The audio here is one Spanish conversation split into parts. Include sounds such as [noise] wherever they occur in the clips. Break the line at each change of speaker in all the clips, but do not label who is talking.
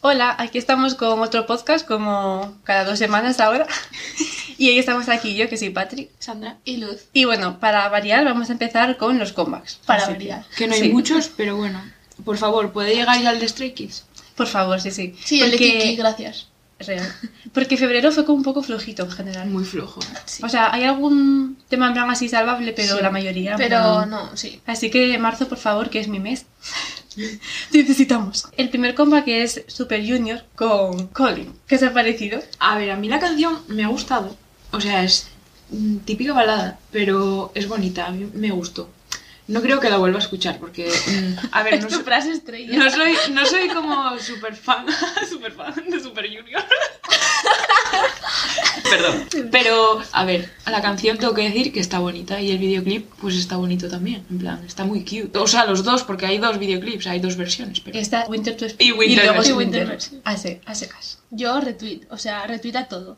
Hola, aquí estamos con otro podcast como cada dos semanas ahora. Y hoy estamos aquí yo, que soy Patrick.
Sandra y Luz.
Y bueno, para variar vamos a empezar con los comebacks.
Para
Así que,
variar.
sí.
Que no hay muchos, pero bueno. Por favor, ¿puede llegar ya el de Stray Kids?
Por favor, sí, sí.
Sí, el de
Porque-
Kiki, gracias.
Real. Porque febrero fue como un poco flojito en general.
Muy flojo.
Sí.
O sea, hay algún tema en plan así salvable, pero
Sí,
la mayoría... en
Pero
plan-
no, sí.
Así que marzo, por favor, que es mi mes. [laughs] Necesitamos. El primer comeback es Super Junior con Colin. ¿Qué os ha parecido?
A ver, a mí la canción me ha gustado. O sea, es mm, típica balada, pero es bonita. A mí me gustó. No creo que la vuelva a escuchar porque... mm, A
[laughs]
ver, no, so-
frase estrella.
no soy, no soy como super [laughs] fan, super fan de Super Junior. [laughs] Perdón. Pero, a ver, a la canción tengo que decir que está bonita y el videoclip pues está bonito también. En plan, está muy cute. O sea, los dos, porque hay dos videoclips, hay dos versiones. Pero...
Está Winter to Spring
Y Winter
luego
Version.
es
Y Winter
Winter.
Version.
Hace, hace caso.
Yo retweet, o sea, retuita todo.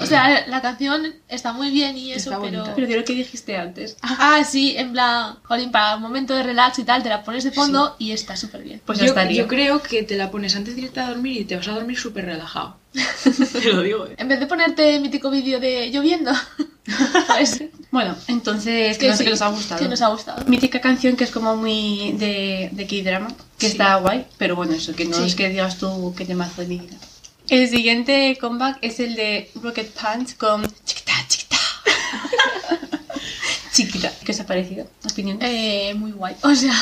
O sea, la canción está muy bien y eso,
Está
pero...
bonita.
Pero de lo que dijiste antes.
Ah, sí, en plan, jolín, para un momento de relax y tal, te la pones de fondo y está súper bien.
Pues ya
yo,
estaría.
yo creo que te la pones antes de irte a dormir y te vas a dormir súper relajado.
[laughs]
te lo digo, eh.
En vez de ponerte el mítico vídeo de lloviendo, [laughs] pues...
Bueno, entonces, que, no sé
sí,
qué nos ha gustado.
Que nos ha gustado.
Mítica canción que es como muy de, de K-drama, que
Sí.
está guay, pero bueno, eso, que no
Sí.
es que digas tú que te mazo de mi vida. El siguiente comeback es el de Rocket Pants con Chiquita, Chiquita. [laughs] chiquita. ¿Qué os ha parecido? ¿Opinión?
Eh, muy guay. O sea,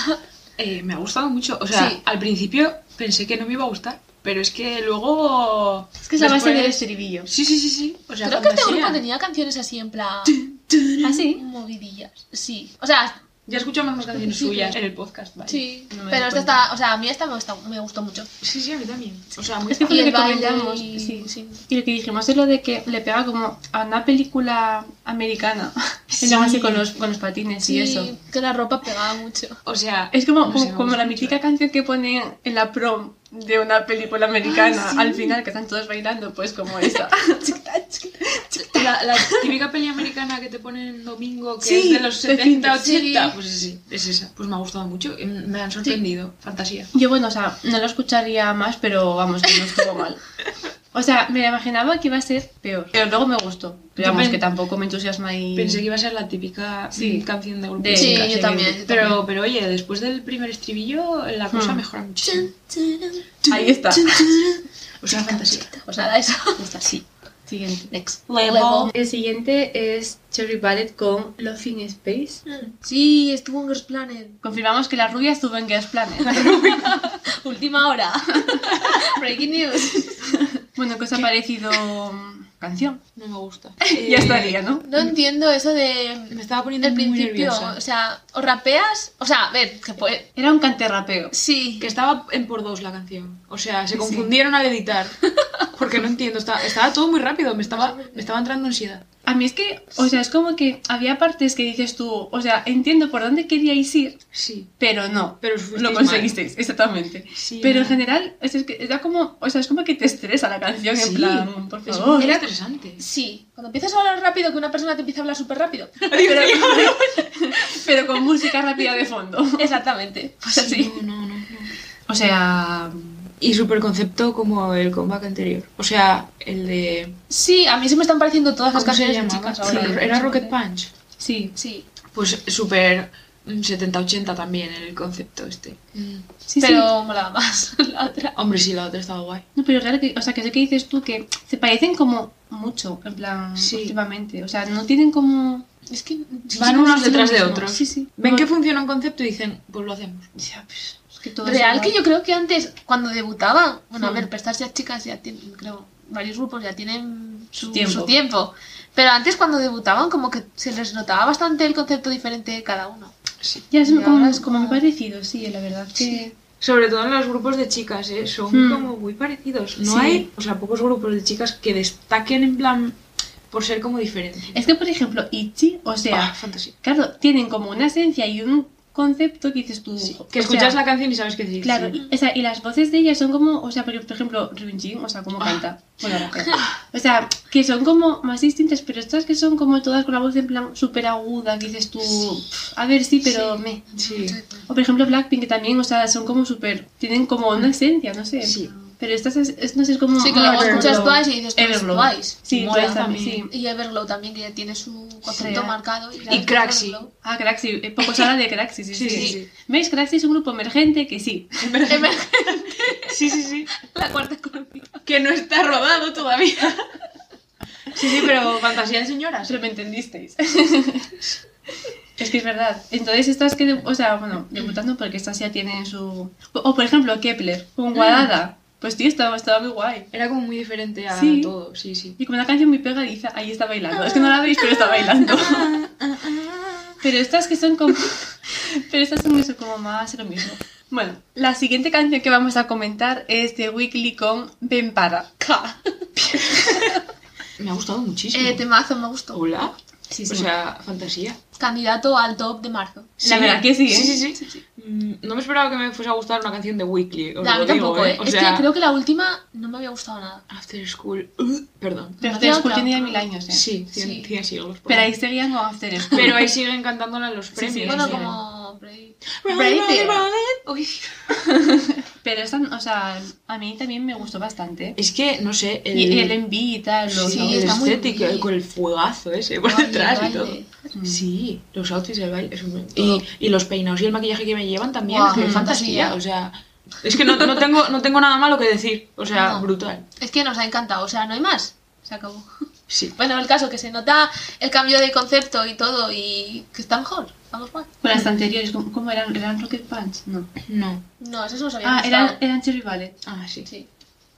Eh, me ha gustado mucho. O sea,
Sí.
al principio pensé que no me iba a gustar, pero es que luego...
es que es la base
después-
del estribillo.
Sí, sí, sí, sí. O sea,
creo que este
fantasía.
grupo tenía canciones así en plan...
¿Ah, sí?
Movidillas. Sí. O sea,
Ya escuchamos más canciones
Sí, sí.
suyas en el podcast, ¿vale?
sí.
no me
pero
doy
esta
cuenta.
está... O sea, a mí esta me, gusta- me gustó mucho.
Sí, sí, a mí también. O sea, muy
Es que
fan.
fue lo
Y
que
el baile
comentamos.
y-
Sí,
sí.
Y lo que dijimos es lo de que le pega como a una película americana. [laughs]
Sí.
En plan así con los, con los patines y eso.
que la ropa pegaba mucho.
O sea...
Es como,
no
como,
sé, me
como
gusta
la
mucho.
mítica canción que ponen en la prom de una película americana
Ay, sí.
al final, que están todos bailando, pues como esa. [laughs]
La, la típica peli americana que te ponen domingo, que
Sí,
es de los
de
70,
cine, sí.
80. Pues sí, es esa. Pues me ha gustado mucho. eh, Me han sorprendido. Fantasía.
Yo, bueno, o sea, no lo escucharía más, pero vamos, que no estuvo mal. O sea, me imaginaba que iba a ser peor, pero luego me gustó. Pero
Yo
vamos,
pen-
que tampoco me entusiasma y...
Pensé que iba a ser la típica
Sí.
mm, canción de grupo
De-
de
Sí,
chicas.
yo
sí,
también. yo
Pero, pero oye, después del primer estribillo la cosa
Hmm.
mejora muchísimo.
también. Chun, chun,
Ahí
[laughs]
está.
chun, chun.
O sea, fantasía.
Pues nada, eso.
Está así. Siguiente.
Next.
Level.
El siguiente es Cherry Ballet con Loving Space.
Sí, estuvo en Girls Planet.
Confirmamos que la rubia estuvo en Girls Planet.
[laughs]
Última hora. Breaking news.
Bueno, ¿qué os ha parecido mm, canción?
No me gusta.
[laughs]
Eh,
Eh,
ya estaría, ¿no?
No entiendo eso
Me
de...
estaba poniendo
El
muy
principio,
nerviosa.
o sea, o rapeas, o sea, a ver, que puede...
Era un canterrapeo.
Sí,
Que estaba en por dos la canción. O sea, se
Sí.
confundieron al
[laughs]
editar. Porque no entiendo. Estaba, estaba todo muy rápido. Me estaba, me estaba entrando ansiedad.
A mí es que, o sea, es como que había partes que dices tú, o sea, entiendo por dónde queríais ir,
Sí.
pero no.
Pero
Lo conseguisteis, exactamente. Pero en general, es, es que era como, o sea, es como que te estresa la canción, en plan, por favor. [laughs]
Era interesante.
sí. Cuando empiezas a hablar rápido, que una persona te empieza a hablar súper rápido.
pero,
[laughs]
pero con música rápida de
[laughs]
fondo.
Exactamente, pues así.
No, no, no.
O sea,
Y super concepto como el comeback anterior. O sea, el de.
Sí, a mí se me están pareciendo todas las
¿Cómo se
canciones de
llamaba?
chicas ahora.
Sí, Era Rocket Punch.
sí.
Sí,
Pues súper mm, 70-80 también el concepto este.
sí sí.
pero molaba más [laughs] la otra.
Hombre, sí, la otra estaba guay.
No, pero claro que, o sea, que sé que dices tú que se parecen como mucho, en plan,
Sí.
últimamente. O sea, no tienen como...
Es que
Van
son
unos
los
detrás de
mismos.
otros.
Sí, sí.
Ven
No,
que funciona un concepto y dicen, pues lo hacemos.
ya, pues, es que todo es
Real
igual.
que yo creo que antes, cuando debutaban, bueno, a
Hmm.
ver, Pestas ya chicas ya tienen, creo, varios grupos ya tienen su su
Tiempo.
tiempo. Pero antes cuando debutaban como que se les notaba bastante el concepto diferente de cada uno.
Sí.
Ya es
Y
como,
ahora es
como
como-
muy parecido, sí, la verdad. Que...
Sobre todo en los grupos de chicas, ¿eh? son
Hmm.
como muy parecidos. No
Sí.
hay, o sea, pocos grupos de chicas que destaquen en plan por ser como diferentes.
Es que, por ejemplo, Ichi, Eh, o sea,
Ah, fantasía.
claro, tienen como una esencia y un concepto que dices tú.
Sí,
uh, o
Que
sea,
escuchas la canción y sabes qué decir.
Claro,
sí.
y, o sea, y las voces de ellas son como, o sea, por por ejemplo, Ryunjin, o sea, como canta. Bueno, la mujer. O sea, que son como más distintas, pero estas que son como todas con la voz en plan súper aguda, que dices tú, "Pf, a ver, sí, pero me.
Sí.
O por ejemplo, Blackpink, que también, o sea, son como súper, tienen como una esencia, no sé.
Sí.
Pero estas es, estas es como...
Sí, que luego
Everglow.
escuchas Twice y dices "Pues,
Everglow.
Twice.
Sí,
Mola
Twice
también.
también, sí.
Y Everglow también, que ya tiene su concepto
Sí.
marcado. ya
Y
es
Craxi.
Everglow.
Ah, Craxi. eh, Poco se habla de Craxi, sí, sí.
Sí, sí, [laughs] sí.
¿Veis? Craxi es un grupo emergente que sí.
[laughs] Emergen-
Sí, sí, sí.
La cuarta columna.
Que no está rodado todavía. Sí, sí, pero fantasía de señoras.
Pero me entendisteis. [laughs] es que es verdad. Entonces estas que... de- o sea, bueno, debutando porque estas ya tienen su... O, o, por ejemplo, Kepler con Guadada. Pues tío, estaba, estaba muy guay.
Era como muy diferente a
Sí.
todo, sí, sí.
Y con una canción muy pegadiza, ahí está bailando. Es que no la veis, pero está [laughs] bailando. Pero estas que son como... Pero estas son eso, como más lo mismo. Bueno, la siguiente canción que vamos a comentar es de Weekly con Ben Para.
Me ha gustado muchísimo.
Eh, temazo, me gustó.
Hola.
Sí,
O sea, fantasía.
Candidato al top de marzo.
La verdad que sí, ¿eh?
Sí, sí, sí. Mm, No me esperaba que me fuese a gustar una canción de Weekly. os
a mí
lo digo,
tampoco,
¿eh?
¿eh?
O
es
sea,
que creo que la última no me había gustado nada.
After School. uh, perdón.
Pero After
No había
School
otra.
tiene ya mil años, ¿eh?
Sí, cien,
Sí.
cien siglos. por
Pero
ahí.
ahí seguían con After School.
Pero ahí siguen cantándola en los
sí,
premios.
bueno,
sí.
como... Brave-
Roll,
Brave
roll,
Theater.
roll it. Uy.
Pero esta, o sea, a mí también me gustó bastante.
Es que, no sé, el,
Y el enví y tal, los
Eh, sí,
sabores.
el
está muy
estético,
bien.
con el fuegazo ese [laughs] por
Ay, el
detrás y
baile.
todo.
Mm.
Sí, los outfits, el baile, eso me-
Todo.
y, y los peinados y el maquillaje que me llevan también,
Guau,
qué
mm.
fantasía, o sea, es que no, no tengo, no tengo nada malo que decir, o sea,
No.
brutal,
Es que nos ha encantado, o sea, no hay más. Se acabó.
sí.
Bueno, el caso que se nota el cambio de concepto y todo y que está mejor. Vamos mal.
Con las anteriores, ¿cómo, cómo eran? ¿Eran Rocket Punch? No.
No,
No, eso nos había
Ah,
gustado.
eran, eran Cherry Ballet,
ah, sí.
Sí.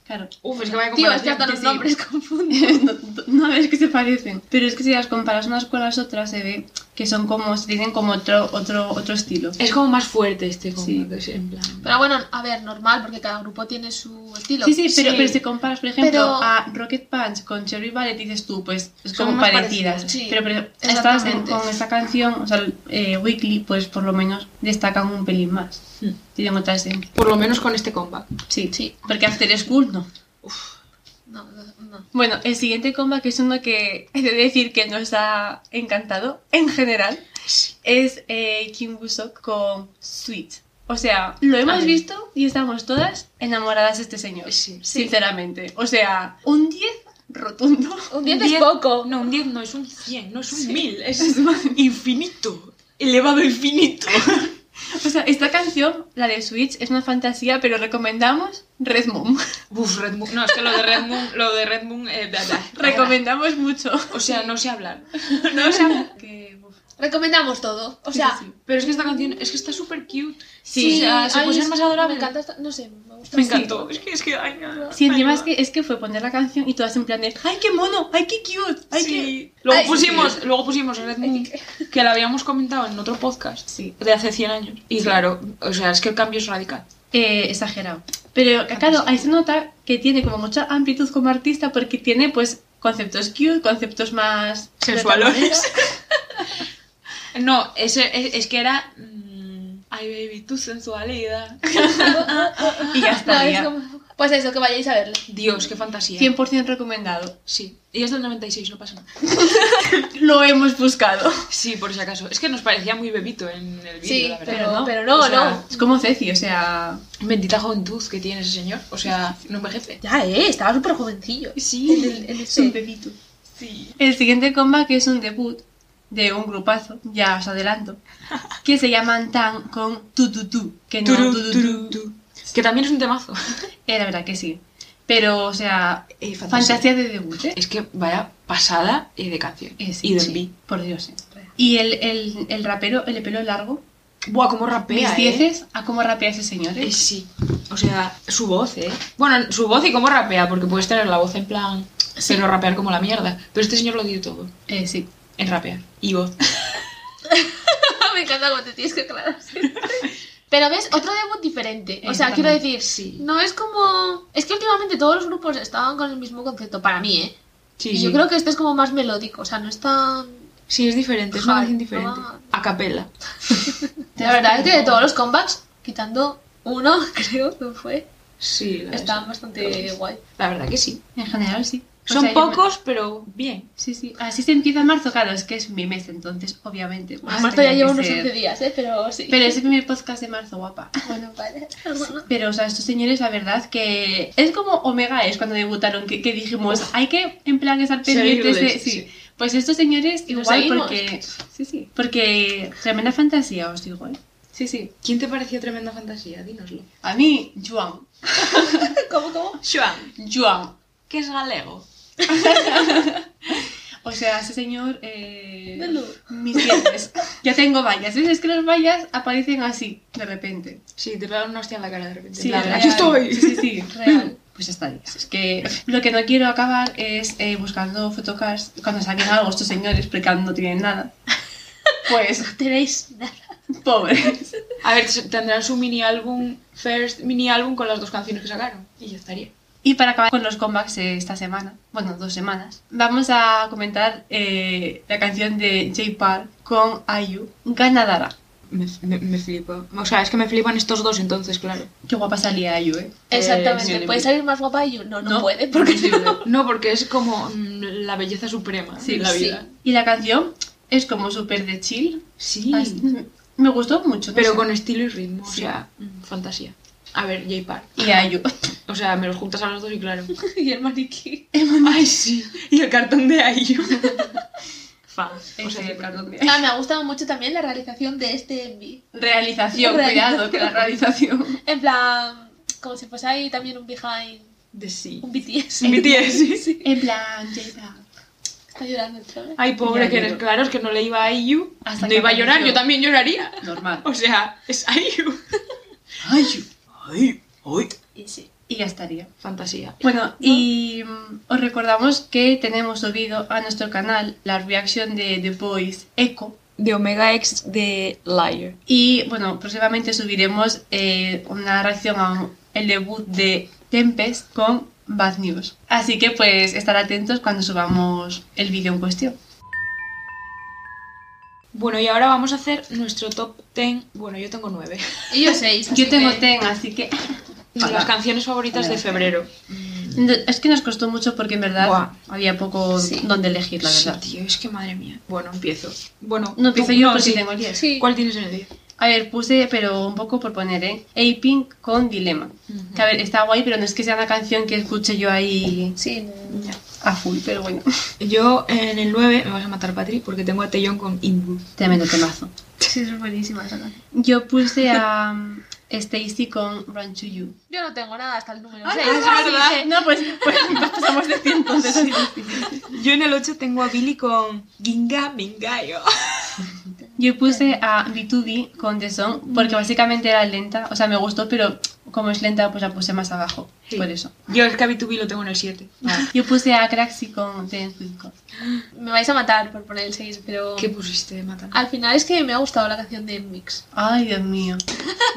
claro. [laughs]
Uf, es que vaya
Tío, es que
comparación.
hasta los
sí.
nombres [laughs] confunden.
no, no, es que se parecen. Pero es que si las comparas unas con las otras, se ve que son como, se tienen como otro, otro, otro estilo.
Es como más fuerte este, como
Sí.
que es en plan...
Pero bueno, a ver, normal, porque cada grupo tiene su estilo.
Sí, sí, pero,
Sí.
pero si comparas, por ejemplo,
Pero-
a Rocket Punch con Cherry Ballet, dices tú, pues es
Son
como
más
parecidas.
parecidas, sí.
Pero, pero estas, en-
Exactamente.
con esta canción, o sea, eh, Weekly, pues por lo menos destacan un pelín más.
Hmm.
Tienen otra esencia.
Por lo menos con este comeback.
Sí,
Sí.
Porque After School no.
No, no, no.
Bueno, el siguiente comba, que es uno que [laughs] he de decir que nos ha encantado en general, es eh, Kim Busok con Sweet. O sea, lo hemos
Ay.
visto y estamos todas enamoradas de este señor,
Sí.
sinceramente. O sea, un 10 rotundo. [laughs]
Un
Un
10 es
diez-
poco.
No, un 10 no, es un 100, no es un 1000, es infinito, elevado a infinito.
O sea, esta canción, la de Switch, es una fantasía, pero recomendamos Red Moon. [laughs]
Uf, Red Moon, no, es que lo de Red Moon, lo de Red Moon, eh, bla, bla.
recomendamos mucho.
O sea, no sé hablar.
No, o sea, [laughs] que... uf.
Recomendamos todo. O
Sí,
sea,
sí, sí.
Pero es que esta canción, es que está súper cute.
Sí,
o sea, se
ay,
puede ser
es-
más adorable.
Me encanta esta- no sé, me gusta.
Me
Sí.
encantó. Es que, es que, ay, no.
Sí, encima
Ay,
es que, es que fue poner la canción y todas en plan de ¡Ay, qué mono! ¡Ay, qué cute! ¡Ay, qué...
Sí. Luego
Ay,
pusimos, luego pusimos Red Moon, que [laughs] la habíamos comentado en otro podcast
Sí,
de hace 100 años. Y claro, o sea, es que el cambio es radical.
eh, exagerado. Pero claro, ahí se nota que tiene como mucha amplitud como artista porque tiene pues conceptos cute, conceptos más... de otra
Sensualones.
manera.
No, ese, es, es que era... mm, Ay, baby, tu sensualidad.
Y
[laughs]
ya
No,
está,
es
ya.
como- Pues eso, que vayáis a verlo.
Dios, qué fantasía.
100% recomendado.
Sí. Y es del 96, no pasa nada.
Lo hemos buscado.
Sí, por si acaso. Es que nos parecía muy bebito en el vídeo,
Sí,
la verdad.
pero
no.
no, pero no,
O sea,
no.
Es como Ceci, o sea...
Bendita juventud que tiene ese señor. O sea, no envejece.
Ya, eh, estaba súper jovencillo.
Sí.
Es un [laughs] bebito.
Sí.
El siguiente comba que es un debut de un grupazo, ya os adelanto, que se llaman Tan con Tu Tu Tu, que no Tu
Turu,
Tu Tu.
turu, tu. Que también es un temazo.
Eh, la verdad que sí. Pero, o sea,
[laughs] Eh, fantasía.
fantasía de debut, ¿eh?
Es que vaya pasada eh, de canción.
Eh, sí,
y de
sí,
enví.
Por Dios, sí. Y el, el, el rapero, el de pelo largo,
Buah, cómo
mis
rapea, eh.
dieces a cómo rapea ese señor, ¿eh?
Eh, Sí. O sea, su voz, eh. Bueno, su voz y cómo rapea, porque puedes tener la voz en plan... Pero rapear como la mierda. Pero este señor lo dio todo.
Eh, sí.
En rapear. Y voz.
me encanta cómo te tienes que aclarar. Pero ves, otro debut diferente. O sea,
Exactamente.
quiero decir,
Eh, Sí.
no es como. Es que últimamente todos los grupos estaban con el mismo concepto, para mí, ¿eh?
Sí,
y
sí.
yo creo que este es como más melódico, o sea, no es tan.
Sí, es diferente. Es una
Ay,
canción diferente.
ah.
A capela.
La verdad es que de todos los comebacks, quitando uno, [laughs] creo que fue,
Sí. la
estaban bastante guay.
pues, La verdad que sí.
En general, sí.
Son
sea, yo me-
pocos, pero bien.
Sí, sí. Así se empieza marzo, claro, es que es mi mes, entonces, obviamente.
Ah,
pues,
Además,
tenía
todavía
que
llevo unos
ser.
11 días, ¿eh? Pero sí.
Pero es el primer podcast de marzo, guapa.
[laughs] Bueno, vale.
Pero, o sea, estos señores, la verdad que es como Omega es cuando debutaron, que, que dijimos, hay que, en plan, estar pendientes de...
Seguirles,
sí.
sí.
Pues estos señores,
Los
igual,
seguimos.
porque... Sí, [laughs] sí. Porque tremenda fantasía, os digo, ¿eh? Sí, sí.
¿Quién te pareció tremenda fantasía? Dínoslo.
A mí, Joan.
¿Cómo, cómo?
Joan,
Joan.
que es galego.
O sea, ese señor... eh,
Velo.
Mis dientes. Ya tengo vallas. ¿Ves? Es que las vallas aparecen así, de repente.
Sí, te pegaron una hostia en la cara de repente.
Sí,
En plan,
real.
aquí estoy.
Sí, sí, sí.
Real.
Pues ya está. Es que lo que no quiero acabar es eh, buscando fotocars cuando saquen algo estos señores, porque aún no tienen nada. Pues,
Tenéis nada.
pobres.
A ver, tendrán su mini álbum, first mini álbum con las dos canciones que sacaron. Y ya estaría.
Y para acabar con los comebacks de esta semana, bueno, dos semanas, vamos a comentar eh, la canción de J. Park con IU, Ganadara.
Me, me, me flipa. O sea, es que me flipan estos dos entonces, claro.
Qué guapa salía IU, ¿eh?
Exactamente.
sí,
¿Puede
sí.
salir más guapa y yo? No, no,
No.
puede, porque
No, porque es como mm, la belleza suprema
Sí,
de la
sí.
vida.
Y la canción es como súper de chill.
Sí.
Así- Me gustó mucho. no
Ah, Pero
sé.
con estilo y ritmo,
Sí.
o sea, mm, fantasía. A ver, J Park.
Y [laughs] IU.
O sea, me los juntas a los dos y claro.
[laughs] y el maniquí.
[laughs] Ay, sí. [laughs] Y el cartón de IU. [laughs] Fan. Este, O sea,
Ese
sí,
Eh, perdón.
Ah, me ha gustado mucho también la realización de este envy.
Realización,
Realización.
cuidado,
[laughs]
que la realización.
En plan, como si fuese ahí también un behind,
De sí.
un BTS.
Un [laughs] BTS.
Sí.
En plan, Jada.
Está llorando el chaval.
Ay, pobre
Ya
que
lloro.
eres. Claro, es que no le iba a IU.
Hasta
no
que
iba a llorar,
apareció.
yo también lloraría.
Normal.
O sea, es IU.
IU.
Ay, ay.
Y sí.
Y ya estaría.
Fantasía.
Bueno, y mm, os recordamos que tenemos subido a nuestro canal la reacción de The Boys Echo.
De Omega X de Liar.
Y bueno, próximamente subiremos eh, una reacción a un- el debut de Tempest con Bad News. Así que pues estar atentos cuando subamos el vídeo en cuestión.
Bueno, y ahora vamos a hacer nuestro top 10. Bueno, yo tengo 9.
Y yo seis.
Yo
así
tengo
que-
Ten, así que...
Las canciones favoritas de febrero.
No, Es que nos costó mucho porque en verdad
Buah.
había poco
Sí.
donde elegir, la
Sí,
verdad.
tío, es que madre mía. Bueno, empiezo. Bueno,
No
tú-
empiezo yo
no,
porque
sí.
tengo el 10.
Sí.
¿Cuál tienes en el 10?
A ver, puse, pero un poco por poner, ¿eh? A-Pink con Dilema. Que a ver, está guay, pero no es que sea una canción que escuche yo ahí
Sí. no.
Ya.
a full, pero bueno.
Yo en el 9 me vas a matar, Patri, porque tengo a Taeyong con Inbu.
Tremendo temazo.
Sí, es buenísima esa canción.
Yo puse a um, Stacy con Run to You.
Yo no tengo nada hasta el número
Ah,
seis.
no, es verdad.
sí, sí.
No, pues, pues pasamos de 100, entonces así difícil.
Yo en el 8 tengo a Billy con Ginga Mingayo.
Yo puse a B2B con The Song porque básicamente era lenta. O sea, me gustó, pero como es lenta, pues la puse más abajo.
Sí.
Por eso.
Yo es que a B2B lo tengo en el 7.
Yo puse a Craxi con Dance with God.
Me vais a matar por poner el 6, pero...
¿Qué pusiste de matar?
Al final es que me ha gustado la canción de Mix.
Ay, Dios mío.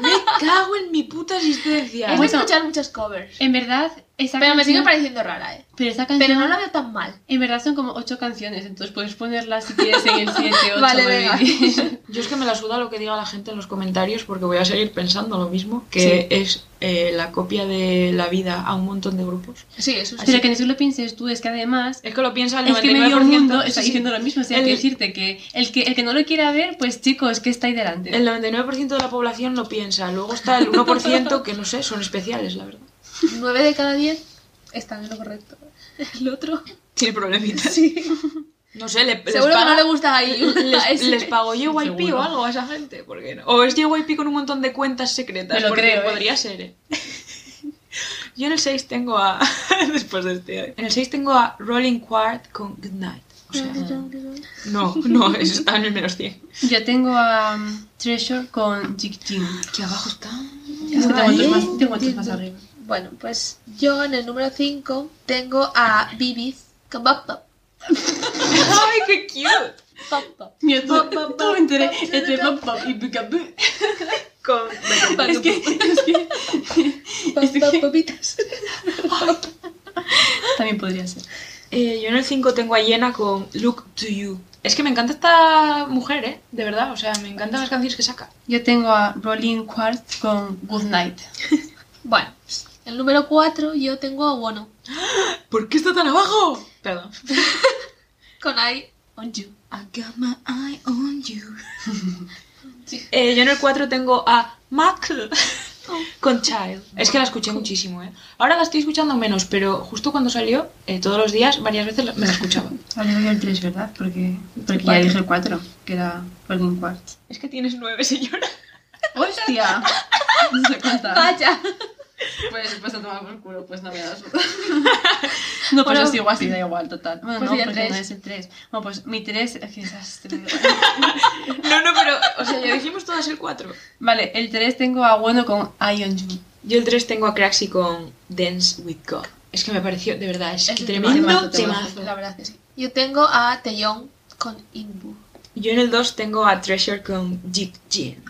Me cago en mi puta existencia.
He
Bueno.
escuchado muchos covers.
En verdad, esa
Pero me sigue
canción...
pareciendo rara, ¿eh?
Pero esa canción...
Pero no la veo tan mal.
En verdad son como ocho canciones, entonces puedes ponerlas si quieres en el 7, 8,
Vale,
9,
venga.
10.
Yo es que me la suda lo que diga la gente en los comentarios porque voy a seguir pensando lo mismo, que es eh, la copia de la vida a un montón de grupos.
Sí, eso sí.
Pero que en eso lo pienses tú, es que además...
Es que lo piensa el
Es
99%.
que medio mundo
sí,
está
sí.
diciendo lo mismo, o sea,
El-
quiero decirte que el, que el que no lo quiera ver, pues chico, es que está ahí delante.
El 99% de la población lo piensa, luego está el 1% que no sé, son especiales, la verdad.
9 de cada 10 están en lo correcto. El otro.
Tiene problemitas. No sé, le, les,
Seguro que no
paga-
le gusta a IU.
[laughs]
a
les,
ese.
les pagó JYP
Seguro.
o algo a esa gente. Porque no. O es JYP con un montón de cuentas secretas.
Me lo
porque
creo, ¿eh?
podría ser. ¿eh? [laughs] Yo en el 6 tengo a. [laughs] Después de este. En el 6 tengo a Rolling Quart con Goodnight. O sea,
Mm.
no, no, [laughs] eso está en el menos 100.
Yo tengo a um, Treasure con Jig Jin.
Que abajo está.
Es que tengo
Vale,
otros más, tengo otros
entiendo.
más arriba.
Bueno, pues yo en el número 5 tengo a Bibis con Bop Bop.
[laughs] ¡Ay, qué cute!
Bop Bop.
Mira, tú, [laughs]
Pop, pop,
tú
pop,
entre,
pop,
entre
pop,
Este pop, pop y pica
Con.
[laughs] Es que, es que
Bop
Este
Bop
que-
Bopitas.
también podría ser.
Eh, yo en el 5 tengo a Yena con Look to You. Es que me encanta esta mujer, ¿eh? De verdad, o sea, me encantan las canciones que saca.
Yo tengo a Rolling Quartz con Good Night.
Bueno, el número 4 yo tengo a Wono.
¿Por qué está tan abajo? Perdón.
Con I on you.
I got my eye on you. [laughs] Eh, yo en el 4 tengo a Mackle con Child. Es que la escuché muchísimo, ¿eh? Ahora la estoy escuchando menos, pero justo cuando salió, eh, todos los días, varias veces la- me la escuchaba.
Había oído el 3, ¿verdad? Porque, porque ya
Cuatro.
dije el 4, que era Rolling Quartz.
[laughs] Es que tienes nueve, señora.
¡Hostia! [laughs] No se cuenta.
Vaya.
Pues, pues a tomar por culo, pues no me das. no, pues
Bueno.
yo sigo así, da igual, total. Bueno,
Pues
no,
sería
pues
tres.
no es el 3. Bueno, pues mi 3, qué [laughs] desastre.
No, no, pero, o sea, ya dijimos todas el 4.
vale, el 3 tengo a Bueno con I on You.
Yo el 3 tengo a Craxy con Dance with God. Es que me pareció, de verdad, es,
un temazo,
tremendo temazo.
La verdad que sí.
Yo tengo a Taeyong con Inbu.
Yo en el 2 tengo a Treasure con Jig Jin.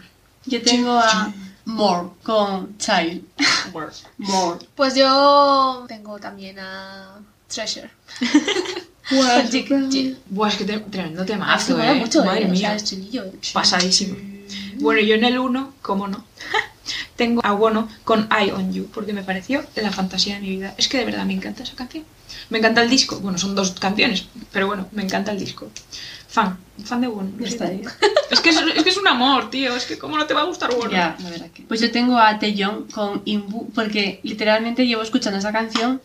Yo tengo a More con Child. More.
Pues yo tengo también a Treasure. Con Jig Jig.
Buah, es que te- tremendo
Ah,
temazo,
sí, mola
¿eh?
mucho,
Madre
eh, O sea,
mía,
es chulillo. eh.
pasadísimo. Bueno, yo en el 1, cómo no, [laughs] tengo a Bono con I on You, porque me pareció la fantasía de mi vida. Es que de verdad me encanta esa canción. Me encanta el disco. Bueno, son dos canciones, pero bueno, me encanta el disco. Fan, fan de Bono.
Ya está, eh.
Es que es, es que es un amor, tío. Es que cómo no te va a gustar Bono.
Ya, la verdad que. Pues yo tengo a Taeyong con Inbu, porque literalmente llevo escuchando esa canción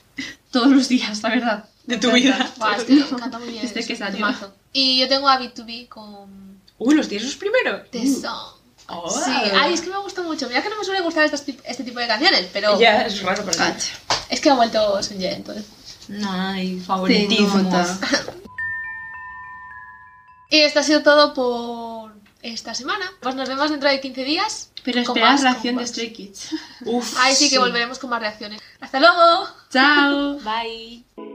[laughs] todos los días, la verdad.
De
Me
tu
encanta.
vida.
Buah, este me encanta muy bien.
Este
es
que
un
salió.
temazo. Y yo tengo a B2B con
Uy, los tienes primero.
The Song. Sí, ay, es que me gusta mucho. Mira que no me suele gustar estas tip- este tipo de canciones, pero
Ya, es raro para ti.
Cacha.
es que ha vuelto Sunye, entonces.
Ay,
Tengo
favoritismo.
nota.
Y esto ha sido todo por esta semana. Pues nos vemos dentro de 15 días.
Pero
Con
espera la
más, con
reacción de
más.
Stray Kids. [laughs]
Uf.
Ahí sí que volveremos con más reacciones. ¡Hasta luego!
¡Chao!
Bye.